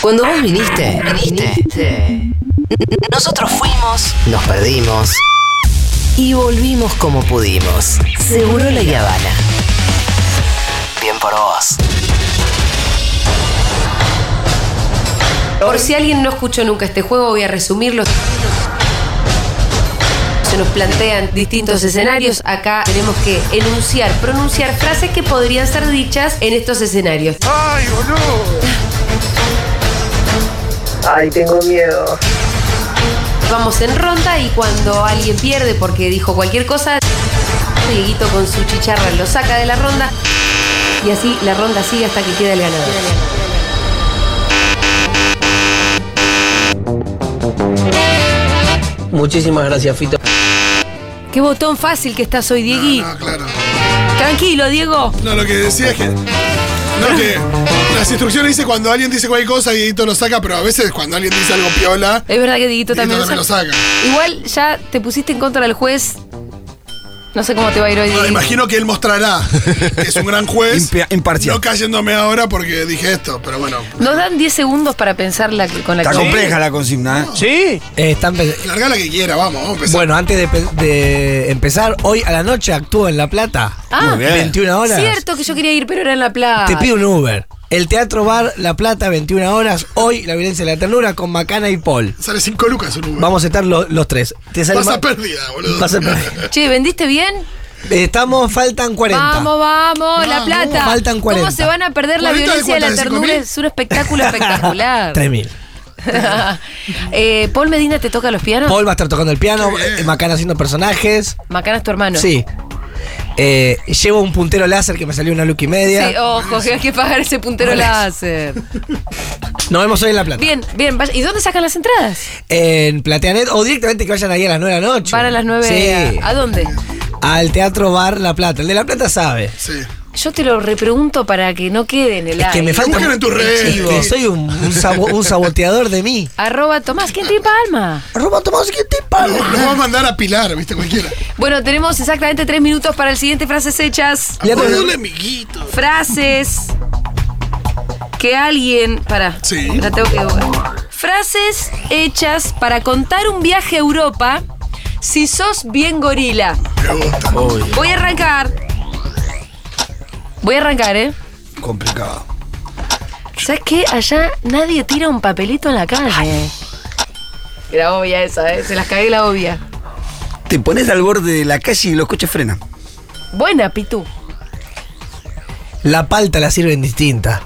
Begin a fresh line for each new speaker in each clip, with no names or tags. Cuando vos viniste, viniste. Nosotros fuimos, nos perdimos y volvimos como pudimos. Seguro la Habana. Bien por vos.
Por si alguien no escuchó nunca este juego, voy a resumirlo. Se nos plantean distintos escenarios. Acá tenemos que enunciar, pronunciar frases que podrían ser dichas en estos escenarios.
¡Ay, boludo!
Ay, tengo miedo.
Vamos en ronda y cuando alguien pierde porque dijo cualquier cosa, Dieguito con su chicharra lo saca de la ronda y así la ronda sigue hasta que queda el ganador.
Muchísimas gracias, Fito.
Qué botón fácil que estás hoy, Diegui.
No, claro.
Tranquilo, Diego.
No, lo que decía es que. No, que las instrucciones dice cuando alguien dice cualquier cosa, Dieguito lo saca, pero a veces cuando alguien dice algo piola,
Es verdad que Dieguito
Dieguito
también,
también lo saca.
Igual ya te pusiste en contra del juez. No sé cómo te va a ir hoy,
No,
Dieguito.
imagino que él mostrará que es un gran juez.
Impia- imparcial.
No cayéndome ahora porque dije esto, pero bueno.
Nos dan 10 segundos para pensar la que- con la
Está
que-
compleja la consigna, ¿eh?
¿Sí?
Eh, están pe-
Larga la que quiera, vamos, vamos a empezar.
bueno, antes de, pe- de empezar, hoy a la noche actúo en La Plata.
Ah,
Muy bien.
21 horas.
cierto que yo quería ir, pero era en La Plata.
Te pido un Uber. El Teatro Bar La Plata, 21 horas. Hoy, La Violencia de la Ternura con Macana y Paul.
Sale 5 lucas un Uber.
Vamos a estar lo- los tres. Te sale
Pasa
ma-
pérdida, boludo.
Vas a per-
Che, ¿vendiste bien?
Estamos, faltan 40.
Vamos, vamos, La
Vamos.
Plata.
Faltan
¿Cómo
40.
se van a perder la
40 de
violencia de la
cuántas, de
ternura?
5.000?
Es un espectáculo espectacular.
3000.
Eh, Paul Medina te toca los pianos.
Paul va a estar tocando el piano,
Qué bien.
eh, Macana haciendo personajes.
Macana es tu hermano.
Sí. Eh, llevo un puntero láser que me salió una look y media.
Sí, ojo, que hay que pagar ese puntero
Por eso.
láser. oh.
Nos vemos hoy en La Plata.
Bien, bien. vaya- ¿Y dónde sacan las entradas?
En Plateanet o directamente que vayan ahí a las 9 de la noche.
Para las 9.
Sí.
¿A dónde?
Al Teatro Bar La Plata. El de La Plata sabe.
Sí.
Yo te lo repregunto para que no quede en el
Es que
aire.
me falta.
Busquen en tus redes.
Chico, soy un, un sabo- un saboteador de mí.
Arroba Tomás, ¿quién te palma?
Robo Tomás, ¿qué te pasa?
Nos va a mandar a pilar, viste, cualquiera.
Bueno, tenemos exactamente tres minutos para el siguiente Frases Hechas.
Le-
Ponle amiguito.
Frases que alguien... Pará,
Sí.
la tengo que buscar. Frases hechas para contar un viaje a Europa si sos bien gorila.
Me gusta.
Voy a arrancar. Voy a arrancar, ¿eh?
Complicado.
¿Sabes qué? Allá nadie tira un papelito en la calle. Era obvia esa, ¿eh? Se las cagué la obvia.
Te pones al borde de la calle y los coches frenan.
Buena, Pitu.
La palta la sirven distinta.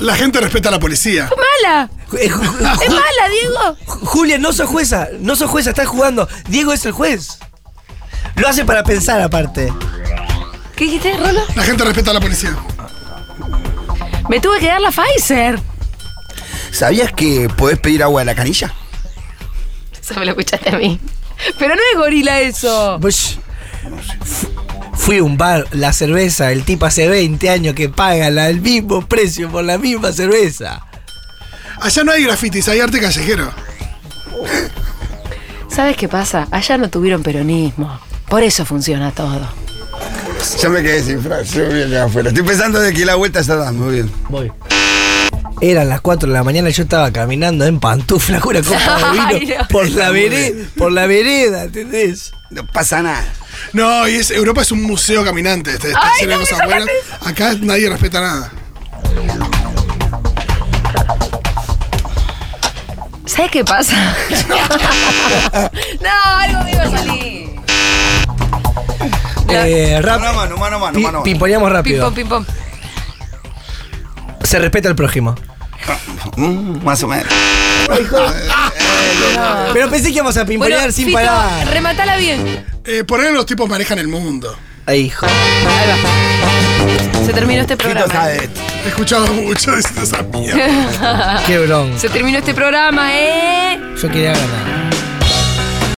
La gente respeta a la policía.
¡Mala!
Eh, Ju- Ju-
¡Es mala, Diego!
Ju- Julia, no sos jueza. No sos jueza, estás jugando. Diego es el juez. Lo hace para pensar aparte.
¿Qué dijiste, Rolo?
La gente respeta a la policía.
Me tuve que dar la Pfizer.
¿Sabías que podés pedir agua de la canilla?
Eso me lo escuchaste a mí. Pero no es gorila eso.
Pues, fu- Fui a un bar, la cerveza, el tipo hace 20 años que paga la- el mismo precio por la misma cerveza.
Allá no hay grafitis, hay arte callejero.
¿Sabes qué pasa? Allá no tuvieron peronismo. Por eso funciona todo.
Ya me quedé sin frase, yo voy acá afuera. Estoy pensando de que la vuelta está dando, muy bien.
Eran las 4 de la mañana, yo estaba caminando en pantufla con una copa de
Ay,
vino
no.
por, la vereda, por la vereda, ¿entendés?
No pasa nada.
No, y es, Europa es un museo caminante. Está, está
Ay,
lleno de
no me
cosas buenas. Acá nadie respeta nada.
¿Sabes qué pasa? no, algo me iba a salir. La-
Eh, rap-
Mano a mano, mano a mano,
pi-
mano a mano.
pimponeamos
Pim
rápido.
pom, pim pom.
Se respeta al prójimo.
Mm, más o menos.
Pero pensé que íbamos a pimponear
Ah. Bueno,
sin
Fito,
parar.
rematala bien.
Eh, por ahí los tipos manejan el mundo.
Ay, hijo.
Ahí va. Se terminó este
Fito
programa.
sabe.
He escuchado mucho de esa mierda.
Ah.
Qué bronca.
Se terminó este programa, ¿eh?
Yo quería ganar.